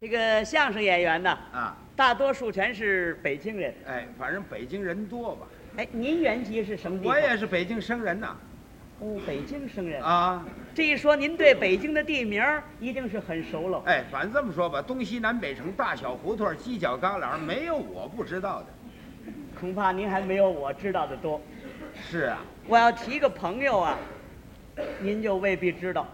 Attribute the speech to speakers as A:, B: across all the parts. A: 这个相声演员呢，
B: 啊，
A: 大多数全是北京人。
B: 哎，反正北京人多吧。
A: 哎，您原籍是什么地方？
B: 我也是北京生人呐，
A: 哦，北京生人。
B: 啊，
A: 这一说，您对北京的地名儿一定是很熟了。
B: 哎，反正这么说吧，东西南北城大小胡同犄角旮旯，没有我不知道的。
A: 恐怕您还没有我知道的多。
B: 是啊，
A: 我要提个朋友啊，您就未必知道。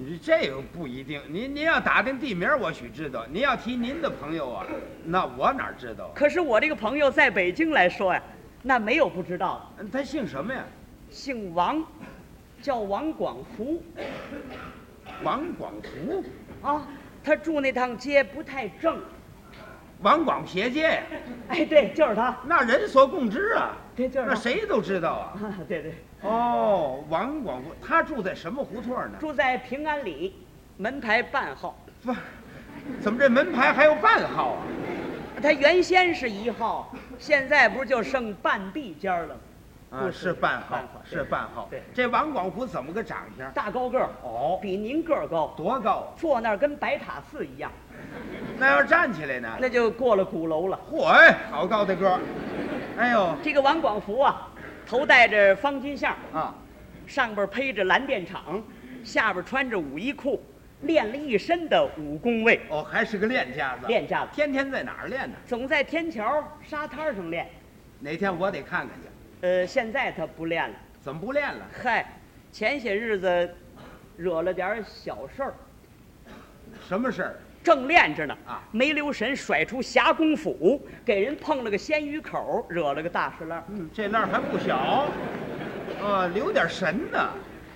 B: 你这个不一定。您您要打听地名，我许知道；您要提您的朋友啊，那我哪知道啊？
A: 可是我这个朋友在北京来说呀，那没有不知道的，
B: 他姓什么呀？
A: 姓王，叫王广福
B: 王广福，
A: 啊。他住那趟街不太正。
B: 王广斜街呀，
A: 哎，对，就是他，
B: 那人所共知啊，
A: 对，就是
B: 那
A: 他。
B: 谁都知道啊。
A: 啊， 对对，
B: 哦，王广福，他住在什么胡同呢？
A: 住在平安里，门牌半号。
B: 不，怎么这门牌还有半号啊？
A: 他原先是一号，现在不是就剩半壁间儿了吗？
B: 啊，是半号
A: 半号，对
B: 是半号。
A: 对
B: 这王广福怎么个长相？
A: 大高个儿，
B: 哦，
A: 比您个儿高，
B: 多高啊？
A: 坐那儿跟白塔寺一样，
B: 那要站起来呢？
A: 那就过了鼓楼了。
B: 嚯，哎，好高的个儿！哎呦，
A: 这个王广福啊，头戴着方巾项，
B: 啊，
A: 上边披着蓝靛厂，下边穿着舞衣裤，练了一身的武功位，
B: 哦，还是个练家子。
A: 练家子
B: 天天在哪儿练呢？
A: 总在天桥沙滩上练。
B: 哪天我得看看去。
A: 呃，现在他不练了。
B: 怎么不练了？
A: 嗨，前些日子惹了点小事儿，
B: 什么事儿？
A: 正练着呢
B: 啊
A: 没留神甩出匣功斧，给人碰了个鲜鱼口，惹了个大石烂。
B: 嗯，这浪还不小，啊，留点神呢，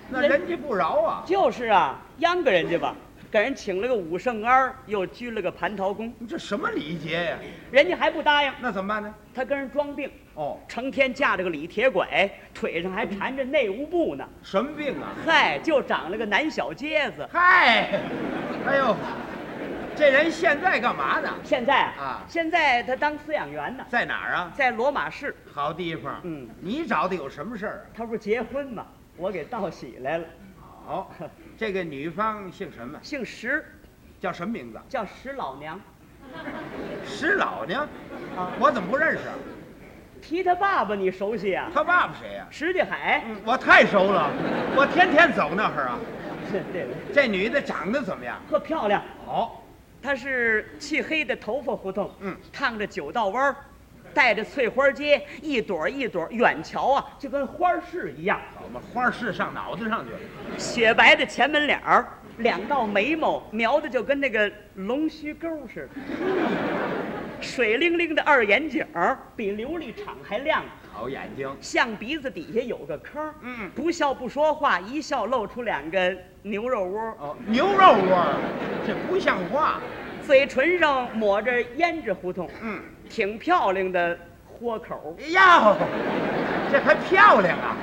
B: 那
A: 人
B: 人家不饶啊。
A: 就是啊，秧歌人家吧，给人请了个武圣庵儿，又拘了个蟠桃宫，
B: 你这什么礼节呀？
A: 人家还不答应，
B: 那怎么办呢？
A: 他跟人装病，
B: 哦，
A: 成天架着个李铁拐，腿上还缠着内务布呢。
B: 什么病啊？
A: 嗨，就长了个南小疖子。
B: 嗨，哎呦，这人现在干嘛呢？
A: 现在
B: 啊
A: 现在他当饲养员呢，
B: 在哪儿啊？
A: 在罗马市。
B: 好地方。
A: 嗯，
B: 你找的有什么事儿
A: 他不是结婚吗？我给道喜来了，
B: 啊？好，这个女方姓什么？
A: 姓石，
B: 叫什么名字？
A: 叫石老娘。
B: 石老娘，
A: 啊，
B: 我怎么不认识啊？
A: 提他爸爸你熟悉啊？
B: 他爸爸谁呀、
A: 石家海，
B: 嗯我太熟了，我天天走那会儿啊。
A: 对对，
B: 这女的长得怎么样？
A: 特漂亮。
B: 好，
A: 她是漆黑的头发胡同，
B: 嗯，
A: 烫着九道弯儿，带着翠花街，一朵一朵远瞧啊，就跟花儿似一样。
B: 好嘛，花式上脑子上去了。
A: 雪白的前门脸儿，两道眉毛描的就跟那个龙须沟似的，水灵灵的 二眼井儿比琉璃厂还亮，
B: 好眼睛，
A: 象鼻子底下有个坑儿，
B: 嗯
A: 不笑不说话，一笑露出两个牛肉窝，
B: 哦，牛肉味儿，这不像话。
A: 嘴唇上抹着胭脂胡同，
B: 嗯，
A: 挺漂亮的豁口，
B: 哎呀，这还漂亮啊！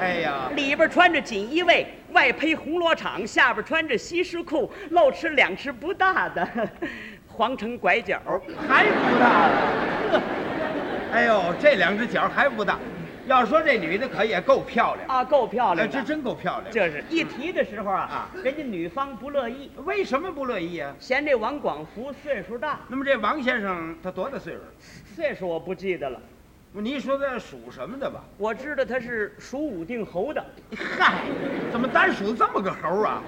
B: 哎呀，
A: 里边穿着锦衣卫，外披红罗场，下边穿着西式裤，露吃两尺不大的 皇城拐角。
B: 还不大了。 哎呦，这两只脚还不大。要说这女的可也够漂亮，
A: 啊，够漂
B: 哎，
A: 亮
B: 这
A: 的，
B: 真够漂亮。
A: 就是一提的时候啊
B: 啊，
A: 人家女方不乐意，
B: 为什么不乐意啊？
A: 嫌这王广福岁数大，
B: 那么这王先生他多大岁数？
A: 岁数我不记得了，
B: 你说他属什么的吧？
A: 我知道他是属武定侯的。
B: 嗨，怎么单属这么个猴啊？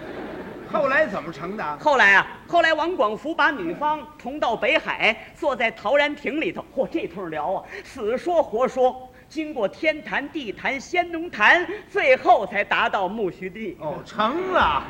B: 后来怎么成的？
A: 后来啊，后来王广福把女方同到北海，坐在陶然亭里头，嚯，这通聊啊，死说活说，经过天坛、地坛、仙农坛，最后才达到木须地。
B: 哦，成了。